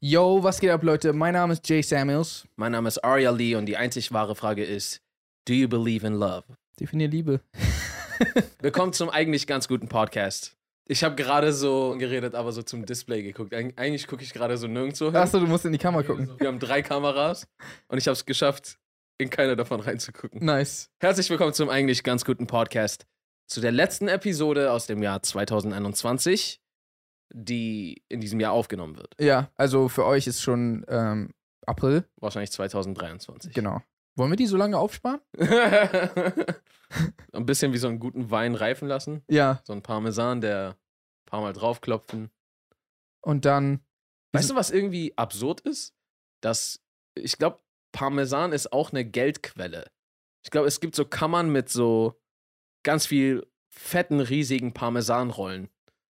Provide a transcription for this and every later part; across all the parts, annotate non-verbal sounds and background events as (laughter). Yo, was geht ab, Leute? Mein Name ist Jay Samuels. Mein Name ist Arya Lee und die einzig wahre Frage ist, do you believe in love? Definier Liebe. (laughs) Willkommen zum eigentlich ganz guten Podcast. Ich habe gerade so geredet, aber so zum Display geguckt. Eig eigentlich gucke ich gerade so nirgendwo hin. Achso, du musst in die Kamera gucken. Wir haben drei Kameras und ich habe es geschafft, in keine davon reinzugucken. Nice. Herzlich willkommen zum eigentlich ganz guten Podcast. Zu der letzten Episode aus dem Jahr 2021, die in diesem Jahr aufgenommen wird. Ja, also für euch ist schon ähm, April. Wahrscheinlich 2023. (laughs) Genau. Wollen wir die so lange aufsparen? ein bisschen wie so einen guten Wein reifen lassen. Ja. So ein Parmesan, der ein paar Mal draufklopfen. Und dann. Weißt du, was irgendwie absurd ist? Dass, ich glaube, Parmesan ist auch eine Geldquelle. Ich glaube, es gibt so Kammern mit so ganz viel fetten, riesigen Parmesanrollen.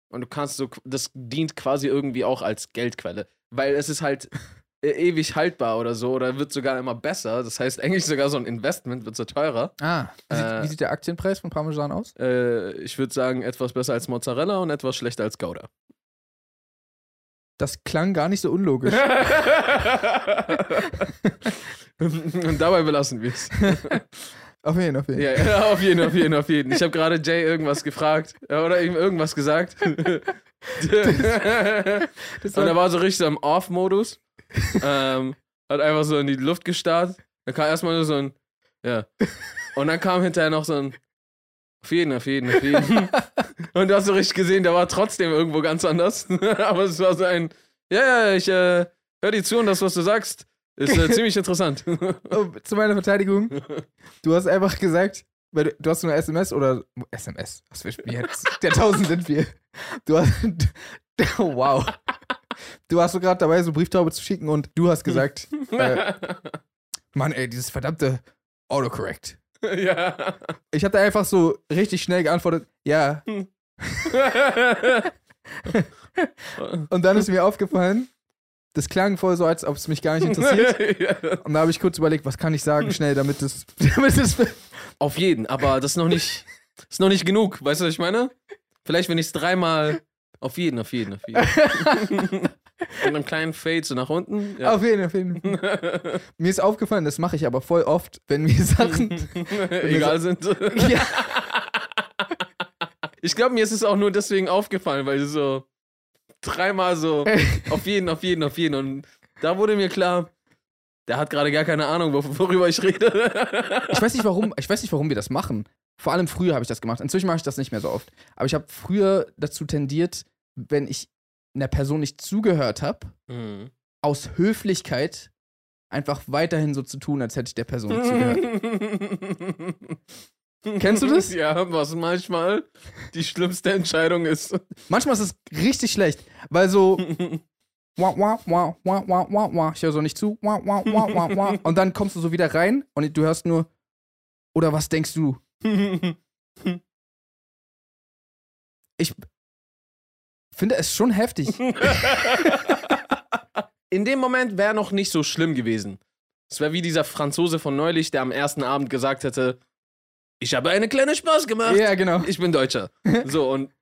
Und du kannst so, das dient quasi irgendwie auch als Geldquelle. Weil es ist halt e- ewig haltbar oder so, oder wird sogar immer besser. Das heißt, (laughs) eigentlich sogar so ein Investment wird so teurer. Ah. Wie, sieht, Äh. wie sieht der Aktienpreis von Parmesan aus? Äh, ich würde sagen, etwas besser als Mozzarella und etwas schlechter als Gouda. Das klang gar nicht so unlogisch. (laughs) Und dabei belassen wir es. auf jeden, auf jeden. Ja, ja, (laughs) auf jeden, auf jeden, auf jeden. Ich habe gerade Jay irgendwas gefragt äh, oder ihm irgendwas gesagt. (laughs) Und er Das war, war so richtig so im Off-Modus. Ähm, hat einfach so in die Luft gestarrt. Da kam erstmal nur so ein, ja. Und dann kam hinterher noch so ein, auf jeden, auf jeden, auf jeden. Und du hast so richtig gesehen, der war trotzdem irgendwo ganz anders. (laughs) Aber es war so ein, ja, ja, ich äh, höre dir zu und das, was du sagst, ist äh, ziemlich interessant. (laughs) oh, zu meiner Verteidigung. Du hast einfach gesagt, weil du, du hast so eine SMS oder SMS. Was wir spielen jetzt. Der Tausend sind wir. Du hast. (laughs) wow. Du warst so gerade dabei, so Brieftaube zu schicken und du hast gesagt, äh, Mann, ey, dieses verdammte Autocorrect. ja. Ich hatte einfach so richtig schnell geantwortet, ja. Und dann ist mir aufgefallen, das klang voll so, als ob es mich gar (laughs) nicht interessiert. Und da habe ich kurz überlegt, was kann ich sagen, schnell, damit das. (laughs) Damit das Auf jeden, aber das ist noch (laughs) nicht, ist noch nicht genug. Weißt du, was ich meine? Vielleicht, wenn ich es dreimal. Auf jeden, auf jeden, auf jeden. (laughs) Mit einem kleinen Fade so nach unten. Ja. Auf jeden, auf jeden. mir ist aufgefallen, das mache ich aber voll oft, wenn mir Sachen. (laughs) Egal sind. (laughs) ja. Ich glaube, mir ist es auch nur deswegen aufgefallen, weil du so dreimal (laughs) so auf jeden, auf jeden, auf jeden. Und da wurde mir klar, der hat gerade gar keine Ahnung, wor- worüber ich rede. Ich weiß nicht warum, ich weiß nicht, warum wir das machen. Vor allem früher habe ich das gemacht. Inzwischen mache ich das nicht mehr so oft. Aber ich habe früher dazu tendiert, wenn ich einer Person nicht zugehört habe, aus Höflichkeit einfach weiterhin so zu tun, als hätte ich der (laughs) Person nicht zugehört. Kennst du (laughs) das? Ja, was manchmal die schlimmste Entscheidung ist. Manchmal ist es richtig schlecht, weil so wah, wah, wah, wah, wah, wah, wah. ich höre so nicht zu wah, wah, wah, wah, wah. und dann kommst du so wieder rein und du hörst nur oder was denkst du? Ich finde es (laughs) schon heftig. In dem Moment wäre noch nicht so schlimm gewesen. Es wäre wie dieser Franzose von neulich, der am ersten Abend gesagt hätte, ich habe eine kleine Spaß gemacht. Ja, genau. Ich bin Deutscher. So, und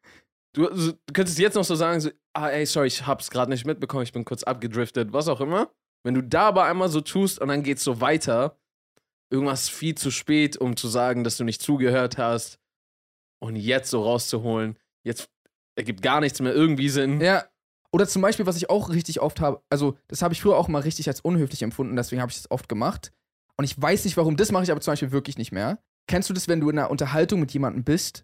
du, so, du könntest jetzt noch so sagen, so, ah, ey, sorry, ich hab's gerade nicht mitbekommen, ich bin kurz abgedriftet, was auch immer. Wenn du da aber einmal so tust und dann geht's so weiter, irgendwas viel zu spät, um zu sagen, dass du nicht zugehört hast und jetzt so rauszuholen, jetzt ergibt gar nichts mehr irgendwie Sinn. Ja. Oder zum Beispiel, was ich auch richtig oft habe, also das habe ich früher auch mal richtig als unhöflich empfunden, deswegen habe ich das oft gemacht. Und ich weiß nicht warum, das mache ich aber zum Beispiel wirklich nicht mehr. Kennst du das, wenn du in einer Unterhaltung mit jemandem bist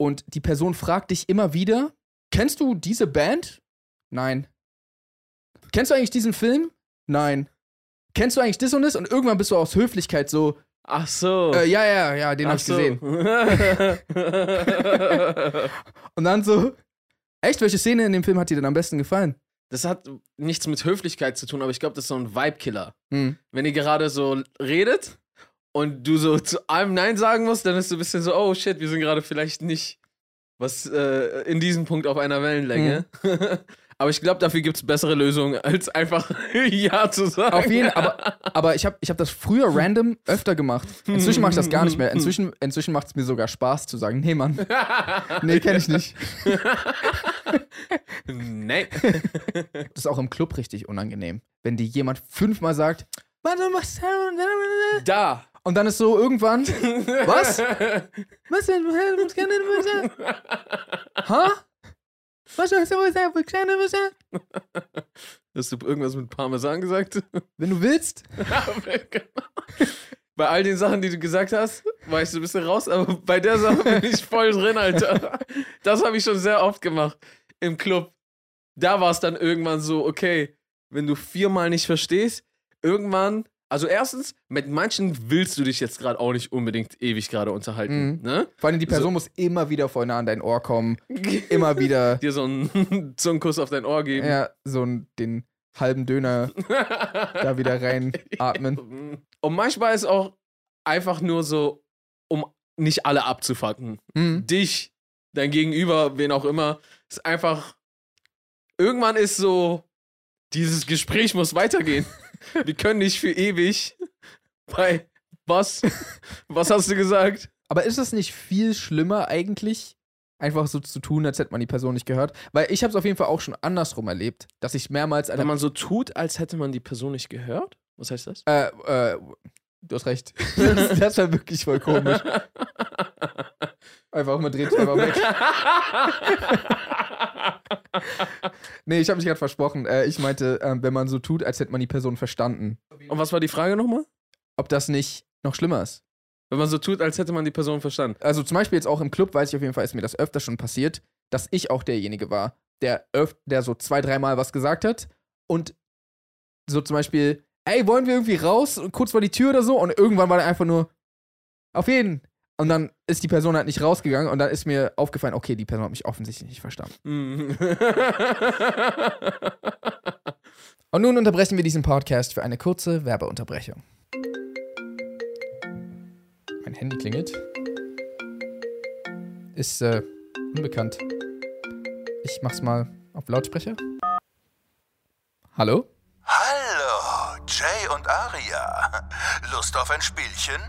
und die Person fragt dich immer wieder, kennst du diese Band? Nein. Kennst du eigentlich diesen Film? Nein. Kennst du eigentlich das und das? Und irgendwann bist du aus Höflichkeit so, Ach so. äh, ja, ja, ja, den Oh. Ach habe ich so. gesehen. (laughs) Und dann so, echt, welche Szene in dem Film hat dir denn am besten gefallen? (laughs) das hat nichts mit Höflichkeit zu tun, aber ich glaube, das ist so ein Vibe-Killer. Hm. wenn ihr gerade so redet und du so zu allem Nein sagen musst, dann ist so ein bisschen so, oh shit, Mhm. wir sind gerade vielleicht nicht was äh, in diesem Punkt auf einer Wellenlänge. (laughs) Aber ich glaube, dafür gibt es bessere Lösungen, als einfach (laughs) Ja zu sagen. Auf jeden Fall, aber, aber ich habe ich hab das früher random öfter gemacht. Inzwischen mache ich das gar nicht mehr. Inzwischen, inzwischen macht es mir sogar Spaß zu sagen, nee, Mann, (laughs) nee, kenne ich nicht. (laughs) Nein. Das ist auch im Club richtig unangenehm, wenn dir jemand fünfmal sagt, Mann, du machst Da. und dann ist so irgendwann, (laughs) was? Was denn? Was kann denn wohl sein? Ha? Was soll das wohl sein? Wo kleine wohl sein? Hast du irgendwas mit Parmesan gesagt? Wenn du willst. (laughs) genau. bei all den Sachen, die du gesagt hast, war ich so ein bisschen raus, aber bei der Sache bin ich voll drin, Alter. Das habe ich schon sehr oft gemacht im Club. Da war es dann irgendwann so, okay, wenn du viermal nicht verstehst, irgendwann, also erstens, mit manchen willst du dich jetzt gerade auch nicht unbedingt ewig gerade unterhalten, Mhm. ne? (laughs) Vor allem die Person So. muss immer wieder vorne an dein Ohr kommen. Immer wieder Dir so einen, (laughs) so einen Kuss auf dein Ohr geben. ja, so ein- den halben Döner da wieder rein atmen. (laughs) Und manchmal ist auch einfach nur so, um nicht alle abzufacken. Mhm. dich, dein Gegenüber, wen auch immer, ist einfach. Irgendwann ist so, dieses Gespräch (laughs) muss weitergehen. Wir können nicht für ewig bei was? Was hast du gesagt? Aber ist das nicht viel schlimmer eigentlich, einfach so zu tun, als hätte man die Person nicht gehört? Weil ich habe es auf jeden Fall auch schon andersrum erlebt, dass ich mehrmals Wenn einer. man so tut, als hätte man die Person nicht gehört. Was heißt das? Äh, äh, du hast recht. (laughs) Das, das war wirklich voll komisch. Einfach, man dreht sich einfach (laughs) weg. Nee, ich habe mich gerade versprochen. Äh, ich meinte, ähm, wenn man so tut, als hätte man die Person verstanden. Und was war die Frage nochmal? Ob das nicht noch schlimmer ist? Wenn man so tut, als hätte man die Person verstanden. also zum Beispiel jetzt auch im Club, weiß ich auf jeden Fall, ist mir das öfter schon passiert, dass ich auch derjenige war, der, öf der so zwei, dreimal was gesagt hat und so zum Beispiel, ey, wollen wir irgendwie raus, Und kurz vor die Tür oder so und irgendwann war dann einfach nur, auf jeden. Und dann ist die Person halt nicht rausgegangen und dann ist mir aufgefallen, okay, die Person hat mich offensichtlich nicht verstanden. (laughs) Hm. Und nun unterbrechen wir diesen Podcast für eine kurze Werbeunterbrechung. Mein Handy klingelt. Ist äh, unbekannt. Ich mach's mal auf Lautsprecher. Hallo? Hallo, Jay und Aria. Lust auf ein Spielchen?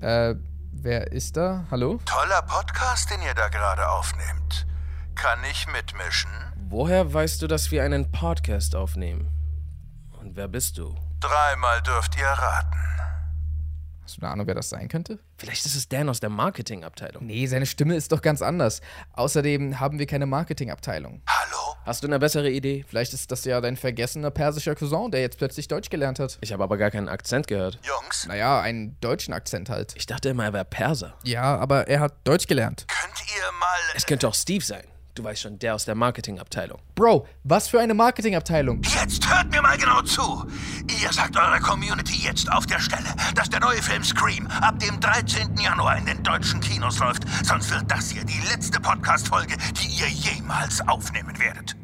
Äh, wer ist da? Hallo? Toller Podcast, den ihr da gerade aufnehmt. Kann ich mitmischen? Woher weißt du, dass wir einen Podcast aufnehmen? Und wer bist du? Dreimal dürft ihr raten. Hast du eine Ahnung, wer das sein könnte? Vielleicht ist es Dan aus der Marketingabteilung. Nee, seine Stimme ist doch ganz anders. Außerdem haben wir keine Marketingabteilung. Hallo? Hast du eine bessere Idee? Vielleicht ist das ja dein vergessener persischer Cousin, der jetzt plötzlich Deutsch gelernt hat. Ich habe aber gar keinen Akzent gehört. Jungs, Naja, einen deutschen Akzent halt. Ich dachte immer, er wäre Perser. Ja, aber er hat Deutsch gelernt. könnt ihr mal... Es könnte auch Steve sein. Du weißt schon, der aus der Marketingabteilung. Bro, was für eine Marketingabteilung. Jetzt hört mir mal genau zu. Ihr sagt eurer Community jetzt auf der Stelle, dass der neue Film Scream ab dem 13. Januar in den deutschen Kinos läuft. Sonst wird das hier die letzte Podcast-Folge, die ihr jemals aufnehmen werdet.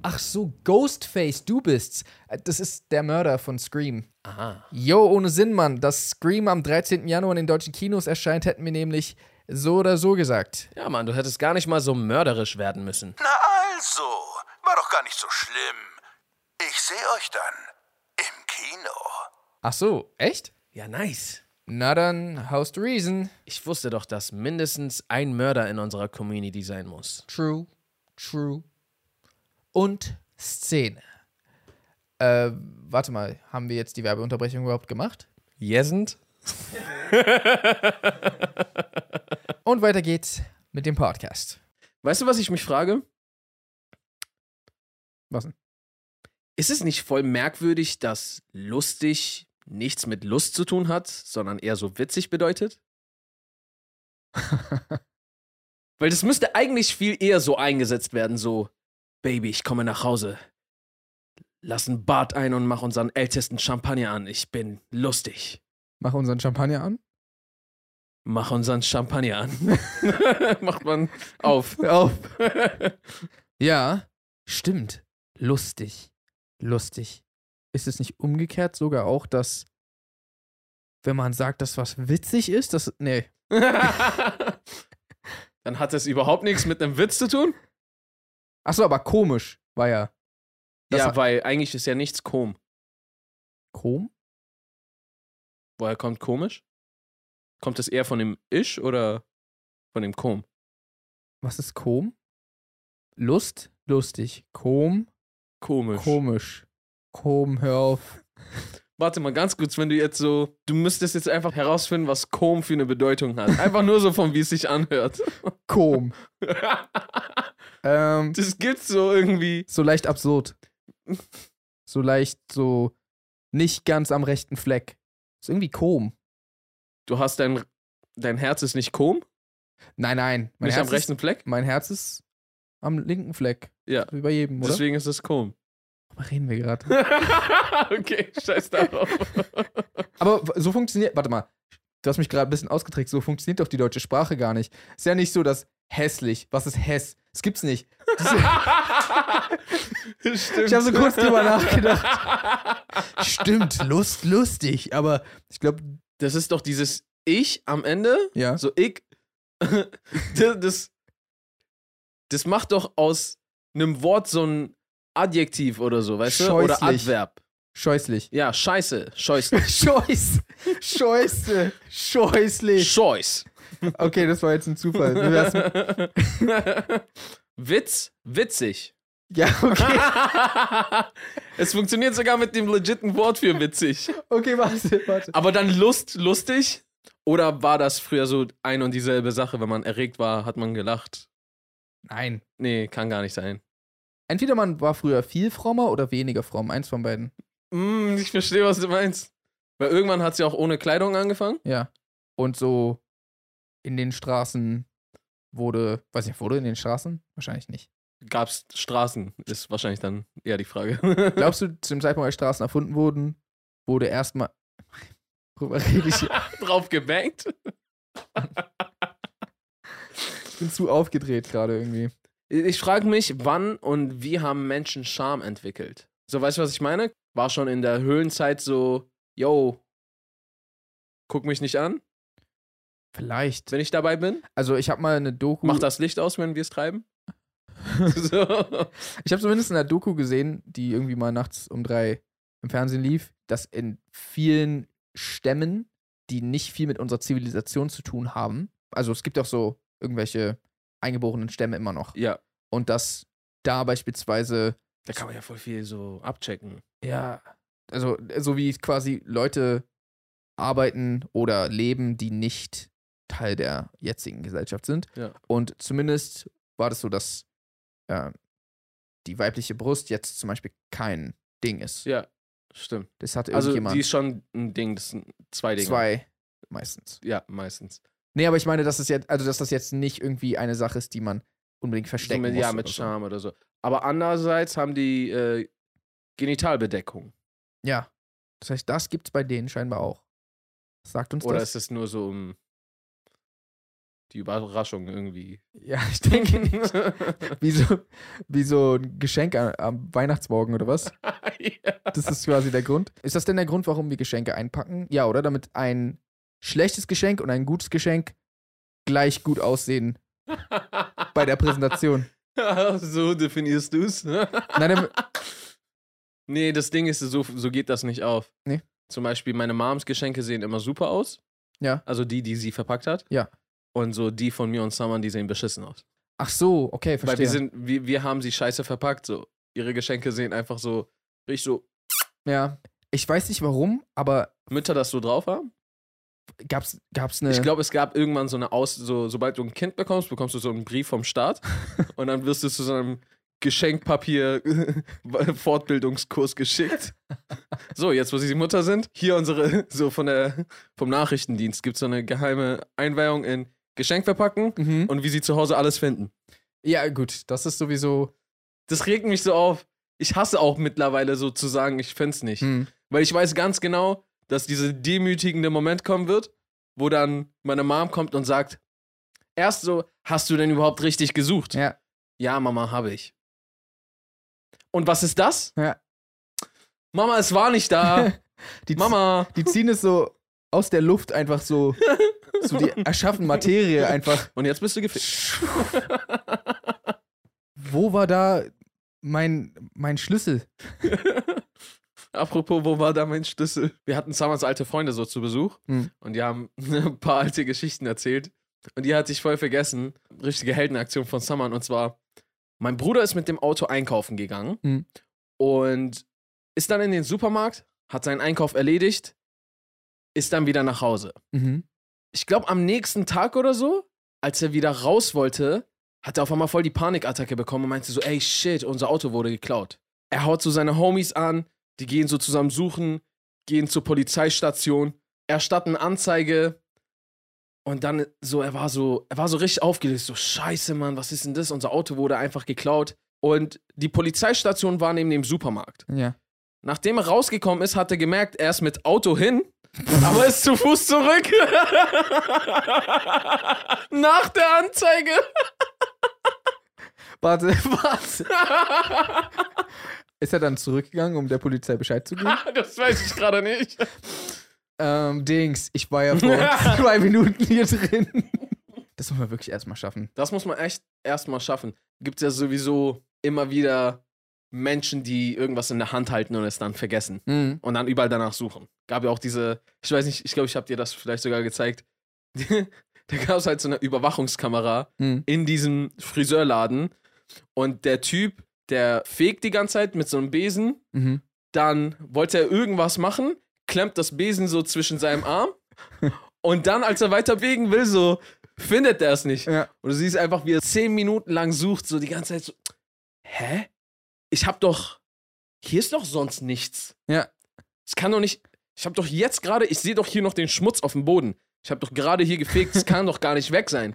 Ach so, Ghostface, du bist's. Äh, Das ist der Mörder von Scream. Aha. Yo, ohne Sinn, Mann. Dass Scream am 13. Januar in den deutschen Kinos erscheint, hätten wir nämlich so oder so gesagt. Ja, Mann, du hättest gar nicht mal so mörderisch werden müssen. Na also, war doch gar nicht so schlimm. Ich sehe euch dann im Kino. Ach so, echt? Ja, nice. Na dann, House to Reason. Ich wusste doch, dass mindestens ein Mörder in unserer Community sein muss. True, true. Und Szene. Äh, warte mal, haben wir jetzt die Werbeunterbrechung überhaupt gemacht? Jesend? Und weiter geht's mit dem Podcast. Weißt du, was ich mich frage? Was denn? ist es nicht voll merkwürdig, dass lustig nichts mit Lust zu tun hat, sondern eher so witzig bedeutet? (laughs) Weil das müsste eigentlich viel eher so eingesetzt werden, so Baby, ich komme nach Hause. Lass ein Bad ein und mach unseren ältesten Champagner an. Ich bin lustig. Mach unseren Champagner an. Mach unseren Champagner an. (laughs) Macht man auf. (laughs) Auf. ja, stimmt. Lustig. Lustig. Ist es nicht umgekehrt sogar auch, dass, wenn man sagt, dass was witzig ist, das. Nee. (laughs) Dann hat das überhaupt nichts mit einem Witz zu tun? Achso, aber komisch war ja. Das ja, hat- weil eigentlich ist ja nichts kom. Kom? Woher kommt komisch? Kommt das eher von dem Isch oder von dem Kom? Was ist Kom? Lust? Lustig. Kom? Komisch. Komisch. Kom, hör auf. Warte mal ganz kurz, wenn du jetzt so, du müsstest jetzt einfach herausfinden, was Kom für eine Bedeutung hat. Einfach nur so von wie es sich (laughs) anhört. (laughs) Kom. ähm, Das gibt's so irgendwie. so leicht absurd. So leicht so nicht ganz am rechten Fleck. Ist irgendwie Kom. Du hast dein dein Herz ist nicht Kom, Nein, nein. nicht am Herz rechten Fleck. Ist, mein Herz ist am linken Fleck. Ja. Wie bei jedem, oder? Deswegen ist es (laughs) Kom. Worüber reden wir gerade? okay, scheiß darauf. Aber w- so funktioniert, warte mal, du hast mich gerade ein bisschen ausgetrickst, so funktioniert doch die deutsche Sprache gar nicht. Ist ja nicht so, dass hässlich, was ist Hess? Das gibt's nicht. Stimmt. Ich habe so (laughs) kurz drüber (laughs) nachgedacht. Stimmt, Lust, lustig, aber ich glaube, Das ist doch dieses Ich am Ende. ja. So ich. (laughs) das, das, das macht doch aus einem Wort so ein Adjektiv oder so, weißt du? Oder Scheußlich. Adverb. Scheußlich. (laughs) Ja, scheiße, scheußlich. Scheuß, Scheuße, scheußlich. Scheuß. Okay, das war jetzt ein Zufall. Du hast- (laughs) Witz, witzig. (laughs) Ja, okay, es funktioniert sogar mit dem legiten Wort für witzig. okay, warte, warte. Aber dann Lust, lustig? Oder war das früher so ein und dieselbe Sache? Wenn man erregt war, hat man gelacht. Nein. Nee, kann gar nicht sein. Entweder man war früher viel frommer oder weniger fromm, eins von beiden. Mm, ich verstehe, was du meinst. Weil irgendwann hat sie auch ohne Kleidung angefangen. Ja. Und so in den Straßen wurde, weiß nicht, wurde in den Straßen? Wahrscheinlich nicht. Gab's Straßen, ist wahrscheinlich dann eher die Frage. (laughs) Glaubst du, zu dem Zeitpunkt, als Straßen erfunden wurden, wurde erstmal. (laughs) Worüber rede ich? hier? Drauf gebankt? Ich bin zu aufgedreht gerade irgendwie. Ich frage mich, wann und wie haben Menschen Charme entwickelt? So, weißt du, was ich meine? War schon in der Höhlenzeit so, yo, guck mich nicht an, Vielleicht. wenn ich dabei bin. Also, ich habe mal eine Doku. Mach das Licht aus, wenn wir es treiben. so. Ich habe zumindest in der Doku gesehen, die irgendwie mal nachts um drei im Fernsehen lief, dass in vielen Stämmen, die nicht viel mit unserer Zivilisation zu tun haben, also es gibt auch so irgendwelche eingeborenen Stämme immer noch. Ja, und dass da beispielsweise, da kann man ja voll viel so abchecken. ja, also so wie quasi Leute arbeiten oder leben, die nicht Teil der jetzigen Gesellschaft sind. Ja. Und zumindest war das so, dass äh, die weibliche Brust jetzt zum Beispiel kein Ding ist. Ja, stimmt. Das hatte Also, irgendjemand. die ist schon ein Ding, das sind zwei Dinge. zwei meistens. Ja, meistens. Nee, aber ich meine, dass es jetzt, also dass das jetzt nicht irgendwie eine Sache ist, die man unbedingt So verstecken mit, muss. ja, mit oder so. Charme oder so. Aber andererseits haben die äh, Genitalbedeckung. Ja. Das heißt, das gibt's bei denen scheinbar auch. Sagt uns Oder das? ist es nur so um die Überraschung (laughs) irgendwie? (laughs) Ja, ich denke nicht. Wie so, (laughs) wie so ein Geschenk am, am Weihnachtsmorgen oder was? (laughs) ja. Das ist quasi der Grund. Ist das denn der Grund, warum wir Geschenke einpacken? Ja, oder? Damit ein schlechtes Geschenk und ein gutes Geschenk gleich gut (laughs) aussehen bei der Präsentation. so definierst ne? du es. Nein, dann, nee, das Ding ist, so, so geht das nicht auf. Nee. Zum Beispiel, meine Moms Geschenke sehen immer super aus. Ja. Also die, die sie verpackt hat. Ja. Und so die von mir und Saman, die sehen beschissen aus. ach so, okay, Weil wir verstehe. sind, wir, wir haben sie scheiße verpackt. So. Ihre Geschenke sehen einfach so, richtig so, ja. Ich weiß nicht warum, aber Mütter das so drauf haben. gab's, gab's eine. Ich glaube, es gab irgendwann so eine Aus, so, sobald du ein Kind bekommst, bekommst du so einen Brief vom Staat und dann wirst du zu so einem Geschenkpapier (laughs) Fortbildungskurs geschickt. So, jetzt wo sie die Mutter sind, hier unsere, so von der, vom Nachrichtendienst gibt es so eine geheime Einweihung in Geschenk verpacken Mhm. und wie sie zu Hause alles finden. Ja, gut, das ist sowieso. Das regt mich so auf. Ich hasse auch mittlerweile so zu sagen, ich find's nicht. Hm. Weil ich weiß ganz genau, dass dieser demütigende Moment kommen wird, wo dann meine Mom kommt und sagt, erst so, hast du denn überhaupt richtig gesucht? Ja. Ja, Mama, habe ich. Und was ist das? Ja. Mama, es war nicht (laughs) da. Die Mama. Die ziehen es so aus der Luft einfach so. so (laughs) die erschaffen Materie einfach. Und jetzt bist du gefickt. Wo war da mein, mein Schlüssel. (laughs) Apropos, wo war da mein Schlüssel? Wir hatten damals alte Freunde so zu Besuch Hm. und die haben (laughs) ein paar alte Geschichten erzählt. Und die hatte ich voll vergessen. Richtige Heldenaktion von Saman. Und zwar, mein Bruder ist mit dem Auto einkaufen gegangen Hm. und ist dann in den Supermarkt, hat seinen Einkauf erledigt, ist dann wieder nach Hause. Mhm. Ich glaube, am nächsten Tag oder so, als er wieder raus wollte, hat er auf einmal voll die Panikattacke bekommen und meinte so, ey, shit, unser Auto wurde geklaut. Er haut so seine Homies an, die gehen so zusammen suchen, gehen zur Polizeistation, erstatten Anzeige und dann so, er war so, er war so richtig aufgelöst, so, scheiße, Mann, was ist denn das? Unser Auto wurde einfach geklaut. Und die Polizeistation war neben dem Supermarkt. Ja. Nachdem er rausgekommen ist, hat er gemerkt, er ist mit Auto hin, aber ist zu Fuß zurück. (laughs) Nach der Anzeige. (laughs) Warte, (laughs) warte. Ist er dann zurückgegangen, um der Polizei Bescheid zu (laughs) geben? Das weiß ich gerade nicht. ähm, Dings, ich war (laughs) ja vor zwei Minuten hier drin. Das muss man wirklich erstmal schaffen. Das muss man echt erstmal schaffen. Gibt ja sowieso immer wieder Menschen, die irgendwas in der Hand halten und es dann vergessen Mhm. und dann überall danach suchen. Gab ja auch diese, ich weiß nicht, ich glaube, ich habe dir das vielleicht sogar gezeigt. (laughs) da gab es halt so eine Überwachungskamera Mhm. in diesem Friseurladen und der Typ, der fegt die ganze Zeit mit so einem Besen Mhm. dann wollte er irgendwas machen, klemmt das Besen so zwischen seinem (laughs) Arm und dann, als er weiter biegen will, so findet er es nicht. Ja. Und du siehst einfach, wie er zehn Minuten lang sucht, so die ganze Zeit so, hä? Ich hab doch, hier ist doch sonst nichts. Ja. Es kann doch nicht, ich hab doch jetzt gerade, ich sehe doch hier noch den Schmutz auf dem Boden. Ich hab doch gerade hier gefegt, es kann doch gar nicht weg sein.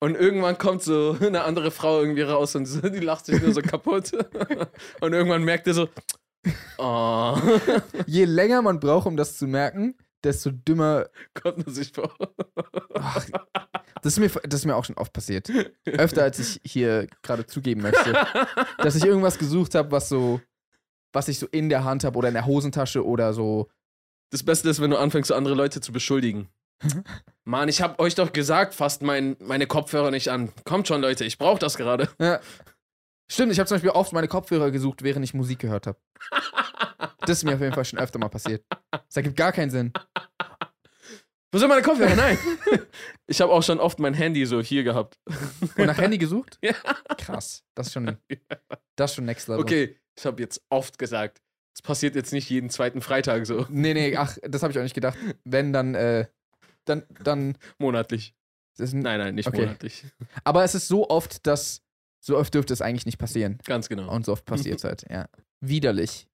Und irgendwann kommt so eine andere Frau irgendwie raus und so, die lacht sich nur so (laughs) kaputt. Und irgendwann merkt er so, oh. Je länger man braucht, um das zu merken, desto dümmer. Kommt man sich vor. Ach, das, ist mir, das ist mir auch schon oft passiert. Öfter, als ich hier gerade zugeben möchte. Dass ich irgendwas gesucht habe, was so, was ich so in der Hand habe oder in der Hosentasche oder so. Das Beste ist, wenn du anfängst, so andere Leute zu (laughs) beschuldigen. Mann, ich hab euch doch gesagt, fasst mein, meine Kopfhörer nicht an. Kommt schon, Leute, ich brauch das gerade. Ja. Stimmt, ich habe zum Beispiel oft meine Kopfhörer gesucht, während ich Musik gehört habe. Das ist mir auf jeden Fall schon öfter mal passiert. Das ergibt gar keinen Sinn. Wo sind meine Kopfhörer? (laughs) Nein. ich habe auch schon oft mein Handy so hier gehabt. Und nach Handy gesucht? Ja. Krass. Das ist schon, das ist schon next level. Okay, ich habe jetzt oft gesagt. Das passiert jetzt nicht jeden zweiten Freitag so, Nee, nee, ach, das habe ich auch nicht gedacht. Wenn, dann, äh, dann, dann. monatlich. Das ist, Nein, nein, nicht Okay. monatlich. Aber es ist so oft, dass. So oft dürfte es eigentlich nicht passieren. Ganz genau. Und so oft passiert es halt, ja. Widerlich.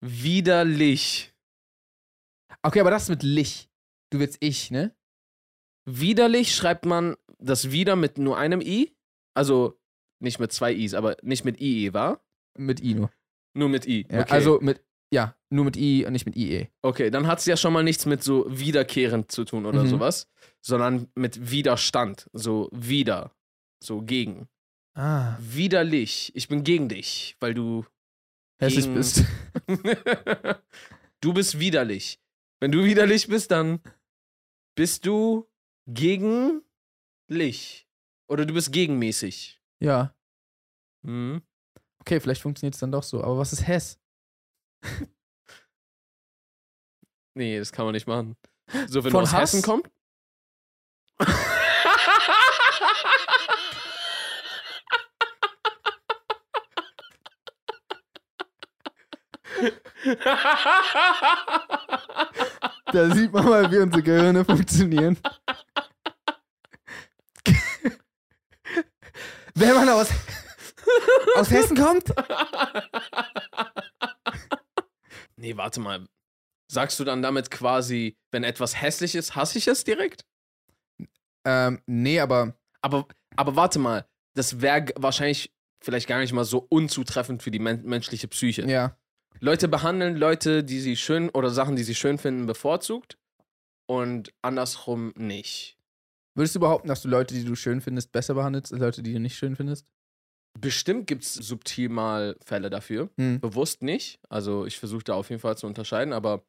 widerlich. Okay, aber das mit Lich. Du willst ich, ne? Widerlich schreibt man das wieder mit nur einem i. Also nicht mit zwei i's, aber nicht mit ie, war? Mit I nur. Nur mit i. Ja, okay. Also mit. Ja, nur mit I E. und nicht mit IE. Okay, dann hat es ja schon mal nichts mit so wiederkehrend zu tun oder Mhm. sowas, sondern mit Widerstand. So wieder. So gegen. Ah. Widerlich. Ich bin gegen dich, weil du. (laughs) Hässlich gegen- bist. (laughs) du bist widerlich. Wenn du widerlich bist, dann bist du gegen Lich. Oder du bist gegenmäßig. Ja. Hm? Okay, vielleicht funktioniert es dann doch so. Aber was ist Hess? Nee, das kann man nicht machen. So, wenn Von du aus Hass? Hessen kommst. (laughs) Da sieht man mal, wie unsere Gehirne funktionieren. (laughs) Wenn man aus, aus Hessen kommt? Nee, warte mal. Sagst du dann damit quasi, wenn etwas hässlich ist, hasse ich es direkt? Ähm, nee, aber Aber, aber warte mal, das wäre wahrscheinlich vielleicht gar nicht mal so unzutreffend für die men menschliche Psyche. ja. Leute behandeln Leute, die sie schön oder Sachen, die sie schön finden, bevorzugt und andersrum nicht. Würdest du behaupten, dass du Leute, die du schön findest, besser behandelst als Leute, die du nicht schön findest? Bestimmt gibt es subtil mal Fälle dafür. Hm. Bewusst nicht. Also ich versuche da auf jeden Fall zu unterscheiden, aber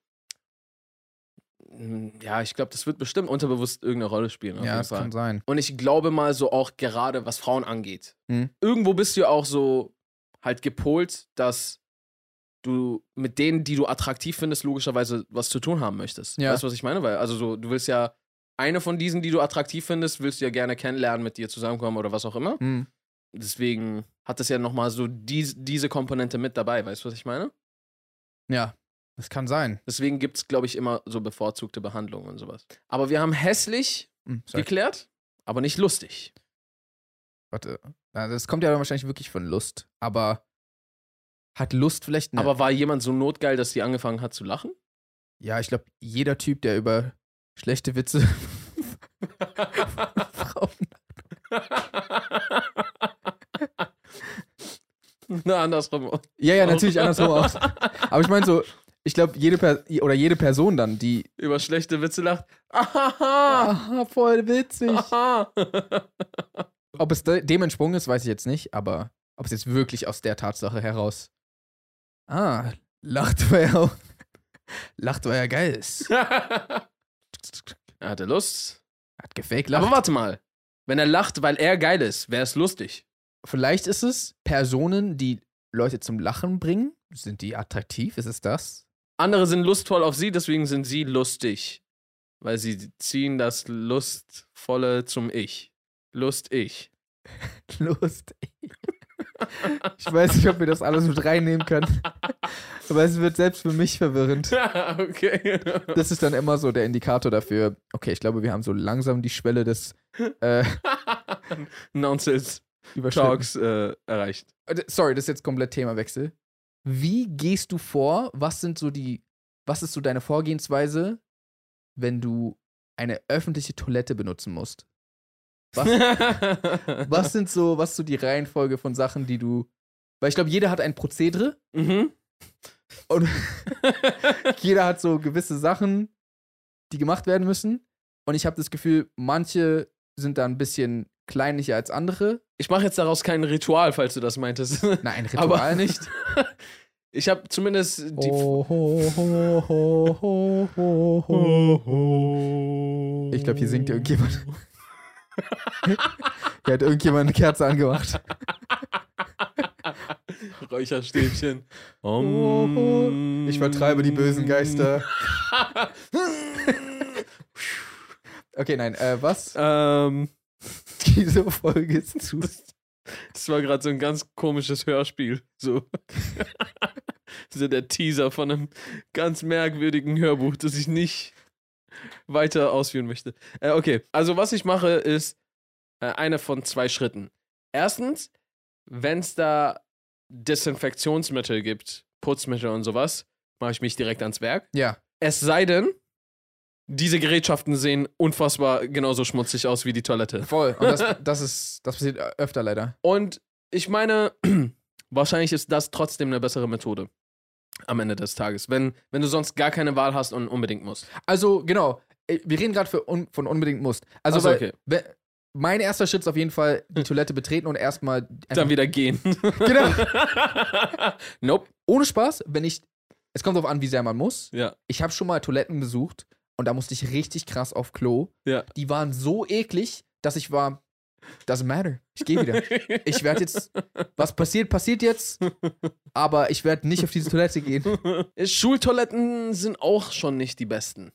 mm, ja, ich glaube, das wird bestimmt unterbewusst irgendeine Rolle spielen. Auf Ja, jeden das Fall. kann sein. Und ich glaube mal so auch gerade, was Frauen angeht. Mhm. Irgendwo bist du ja auch so, halt gepolt, dass du mit denen, die du attraktiv findest, logischerweise was zu tun haben möchtest. Ja. Weißt du, was ich meine? Weil, also so, du willst ja eine von diesen, die du attraktiv findest, willst du ja gerne kennenlernen, mit dir zusammenkommen oder was auch immer. Hm. Deswegen hat das ja nochmal so dies, diese Komponente mit dabei, weißt du, was ich meine? Ja, das kann sein. Deswegen gibt es, glaube ich, immer so bevorzugte Behandlungen und sowas. Aber wir haben hässlich Hm, sorry. geklärt, aber nicht lustig. Warte. Na, das kommt ja dann wahrscheinlich wirklich von Lust. Aber hat Lust vielleicht ne eine. Aber war jemand so notgeil, dass sie angefangen hat zu lachen? (laughs) ja, ich glaube, jeder Typ, der über schlechte Witze (laughs) Frauen. Na, andersrum. Ja, ja, natürlich andersrum (laughs) aus. Aber ich meine so, ich glaube, jede per oder jede Person dann, die. Über schlechte Witze lacht. (laughs) Aha! Aha, Ah, voll witzig. Aha! Ob es de dem entsprungen ist, weiß ich jetzt nicht, aber ob es jetzt wirklich aus der Tatsache heraus. Ah, lacht (laughs) war ja auch. Lacht war ja geil. ist. er hatte Lust. Hat gefaked Aber lacht. warte mal. Wenn er lacht, weil er geil ist, wäre es lustig. Vielleicht ist es Personen, die Leute zum Lachen bringen. Sind die attraktiv? Ist es das? (laughs) Andere sind lustvoll auf sie, deswegen sind sie lustig. Weil sie ziehen das Lustvolle zum Ich. Lust-Ich. Lustig. Ich weiß nicht, ob wir das alles mit reinnehmen können. Aber es wird selbst für mich verwirrend. (laughs) okay. (laughs) Das ist dann immer so der Indikator dafür. Okay, ich glaube, wir haben so langsam die Schwelle des äh, Nonsense Überschritten. Talks äh, erreicht. (laughs) Äh, Sorry, das ist jetzt komplett Themawechsel. Wie gehst du vor? Was sind so die, was ist so deine Vorgehensweise, wenn du eine öffentliche Toilette benutzen musst? Was, (laughs) was sind so, was ist so die Reihenfolge von Sachen, die du, weil ich glaube, jeder hat ein Prozedere Mhm. (laughs) und jeder hat so gewisse Sachen, die gemacht werden müssen. Und ich habe das Gefühl, manche sind da ein bisschen kleinlicher als andere. Ich mache jetzt daraus kein Ritual, falls du das meintest. (laughs) Nein, ein Ritual Aber- nicht. Oh, Ich habe zumindest (laughs) die. Oh. Ich glaube, hier singt irgendjemand. hier hat irgendjemand eine Kerze angemacht. (laughs) Räucherstäbchen. Ich vertreibe die Mm. bösen Geister. (laughs) Okay, nein, äh, was? Ähm, Diese Folge ist zu. das war gerade so ein ganz komisches Hörspiel. So. so der Teaser von einem ganz merkwürdigen Hörbuch, das ich nicht weiter ausführen möchte. Äh, okay, also was ich mache, ist äh, einer von zwei Schritten. Erstens, wenn es da Desinfektionsmittel gibt, Putzmittel und sowas, mache ich mich direkt ans Werk. Ja. Es sei denn, diese Gerätschaften sehen unfassbar genauso schmutzig aus wie die Toilette. Voll. Und das, das ist, das passiert äh, öfter leider. Und ich meine, (clears throat) wahrscheinlich ist das trotzdem eine bessere Methode am Ende des Tages, wenn, wenn du sonst gar keine Wahl hast und unbedingt musst. Also, genau. äh, Wir reden gerade für un von unbedingt Must. Also, Ach so, weil- okay. we- mein erster Schritt ist auf jeden Fall, die Toilette betreten und erstmal. Dann wieder gehen. (laughs) (laughs) Genau. nope. Ohne Spaß, wenn ich. Es kommt darauf an, wie sehr man muss. Ja. Ich habe schon mal Toiletten besucht und da musste ich richtig krass auf Klo. Ja. Die waren so eklig, dass ich war, doesn't matter, ich gehe wieder. Ich werde jetzt, was passiert, passiert jetzt, aber ich werde nicht auf diese Toilette gehen. (laughs) Schultoiletten sind auch schon nicht die besten.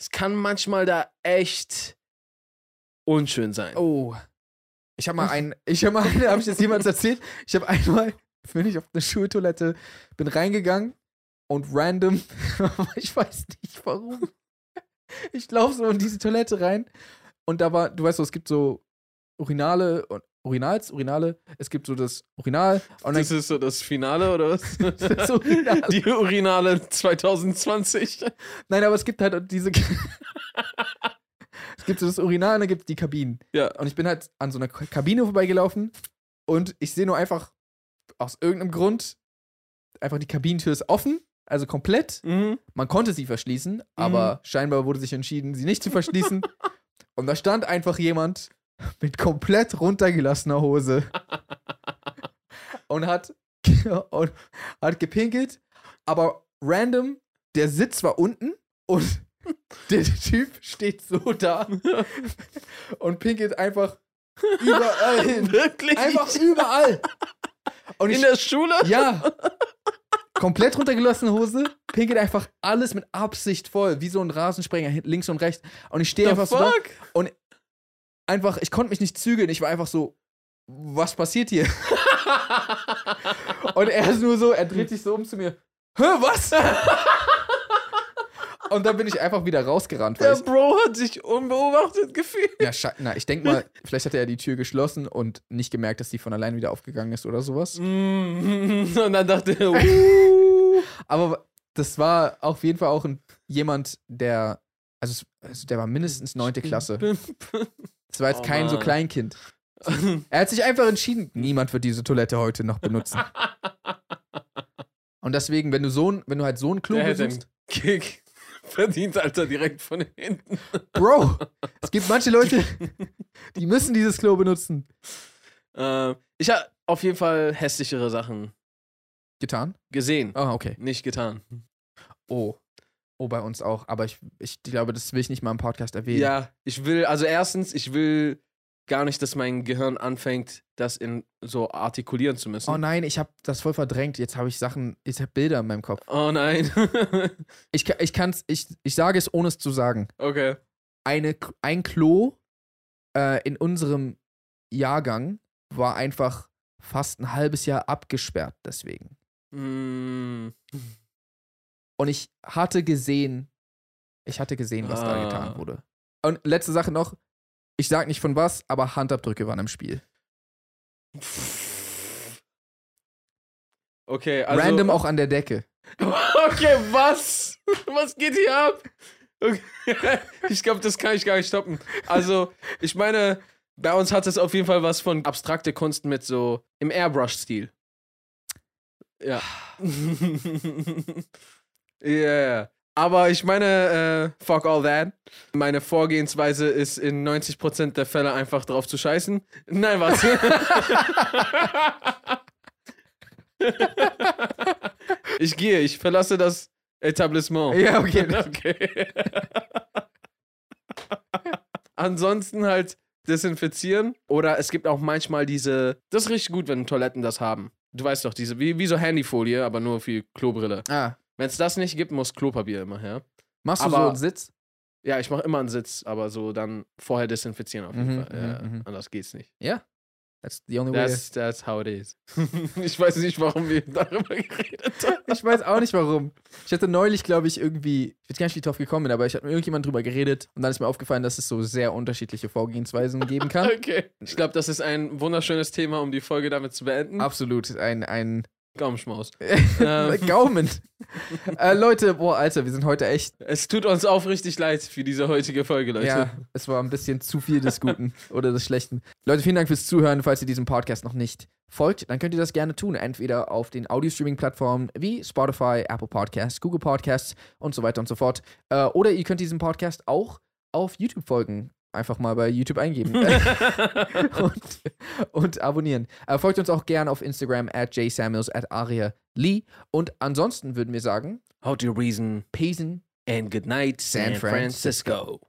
Es kann manchmal da echt unschön sein. Oh. Ich habe mal einen, ich habe mal (laughs) einen, habe ich das jemals erzählt? Ich habe einmal, bin ich auf eine Schultoilette, bin reingegangen und random, (laughs) ich weiß nicht warum, ich laufe so in diese Toilette rein und da war, du weißt so, es gibt so Urinale und Urinals, Urinale, es gibt so das Urinal und dann Das ist so das Finale, oder was? (laughs) das Urinal. Die Urinale 2020. Nein, aber es gibt halt diese. (laughs) es gibt so das Urinal und dann gibt es die Kabinen. Ja. Und ich bin halt an so einer K- Kabine vorbeigelaufen und ich sehe nur einfach aus irgendeinem Grund, einfach die Kabinentür ist offen, also komplett. (laughs) Mhm. Man konnte sie verschließen, aber scheinbar wurde sich entschieden, sie nicht zu verschließen. und da stand einfach jemand mit komplett runtergelassener Hose und hat, und hat gepinkelt, aber random, der Sitz war unten und der Typ steht so da und pinkelt einfach überall (laughs) hin. Wirklich? Einfach überall. Und In ich, der Schule? ja. Komplett runtergelassene Hose, pinkelt einfach alles mit Absicht voll, wie so ein Rasensprenger, hin- links und rechts. Und ich stehe einfach The so fuck? ne? da, einfach, ich konnte mich nicht zügeln, ich war einfach so, was (laughs) passiert hier? und er ist nur so, er dreht sich so um zu mir, hä, was? und dann bin ich einfach wieder rausgerannt. Weil Der ich, Bro hat sich unbeobachtet gefühlt. ja, sche- na, ich denke mal, vielleicht hatte er die Tür geschlossen und nicht gemerkt, dass die von allein wieder aufgegangen ist oder sowas. Mm, (laughs) Und dann dachte er, (laughs) Aber das war auf jeden Fall auch ein, jemand, der, also, es- also der war mindestens (laughs) neunte Klasse. Das war jetzt Oh kein so Mann. (laughs) Kleinkind. Er hat sich einfach entschieden, niemand wird diese Toilette heute noch benutzen. (laughs) Und deswegen, wenn du so ein, wenn du halt so ein Klo der hätte einen besuchst, Kick (laughs) verdient, Alter, direkt von hinten. (laughs) Bro, es gibt manche Leute, die müssen dieses Klo benutzen. Ähm, ich habe auf jeden Fall hässlichere Sachen Getan? gesehen, Ah, okay. nicht getan. Oh. Oh, bei uns auch. Aber ich, ich glaube, das will ich nicht mal im Podcast erwähnen. Ja, ich will, also erstens, ich will gar nicht, dass mein Gehirn anfängt, das in so artikulieren zu müssen. Oh nein, ich habe das voll verdrängt. Jetzt habe ich Sachen, ich habe Bilder in meinem Kopf. Oh nein. (laughs) Ich, ka- ich kann's, ich, ich sage es, ohne es zu sagen. okay. Eine, K- ein Klo äh, in unserem Jahrgang war einfach fast ein halbes Jahr abgesperrt deswegen. Mm, Und ich hatte gesehen, ich hatte gesehen, was da Ah. getan wurde. Und letzte Sache noch, ich sag nicht von was, aber Handabdrücke waren im Spiel. Okay, also. Random auch an der Decke. (laughs) Okay, was? (laughs) Was geht hier ab? Okay. (laughs) Ich glaube, das kann ich gar nicht stoppen. Also, ich meine, bei uns hat es auf jeden Fall was von abstrakte Kunst mit so im Airbrush-Stil. Ja. (laughs) yeah. Aber ich meine, äh, fuck all that. Meine Vorgehensweise ist in 90% der Fälle einfach drauf zu scheißen. Nein, was? ich gehe, ich verlasse das Etablissement. (laughs) Ja, okay. ne? (laughs) Okay. Ansonsten halt desinfizieren. Oder es gibt auch manchmal diese. Das ist richtig gut, wenn Toiletten das haben. Du weißt doch, diese, wie, wie so Handyfolie, aber nur für Klobrille. Ah, Wenn es das nicht gibt, muss Klopapier immer her. machst du Aber- so einen Sitz? Ja, ich mache immer einen Sitz, aber so dann vorher desinfizieren auf jeden Mhm, Fall. Ja, mhm, Oh mhm. Anders geht's nicht. That's the only way. That's, that's how it is. (laughs) ich weiß nicht, warum wir darüber geredet haben. Ich weiß auch nicht warum. Ich hatte neulich, glaube ich, irgendwie, ich weiß gar nicht, wie ich drauf gekommen bin, aber ich hatte mit irgendjemand drüber geredet und dann ist mir aufgefallen, dass es so sehr unterschiedliche Vorgehensweisen (laughs) geben kann. Okay. Ich glaube, das ist ein wunderschönes Thema, um die Folge damit zu beenden. Absolut, ein, ein (laughs) Gaumenschmaus. ähm, Gaumen. äh, Leute, boah, Alter, wir sind heute echt, es tut uns aufrichtig leid für diese heutige Folge, Leute. ja, es war ein bisschen zu viel des Guten oder des Schlechten. Leute, vielen Dank fürs Zuhören. Falls ihr diesem Podcast noch nicht folgt, dann könnt ihr das gerne tun. Entweder auf den Audio-Streaming-Plattformen wie Spotify, Apple Podcasts, Google Podcasts und so weiter und so fort. Äh, oder ihr könnt diesem Podcast auch auf YouTube folgen. Einfach mal bei YouTube eingeben (laughs) und, und abonnieren. Äh, folgt uns auch gerne auf Instagram at jsamuels at aria lee. Und ansonsten würden wir sagen, How to reason Pesen and good night, San San Francisco.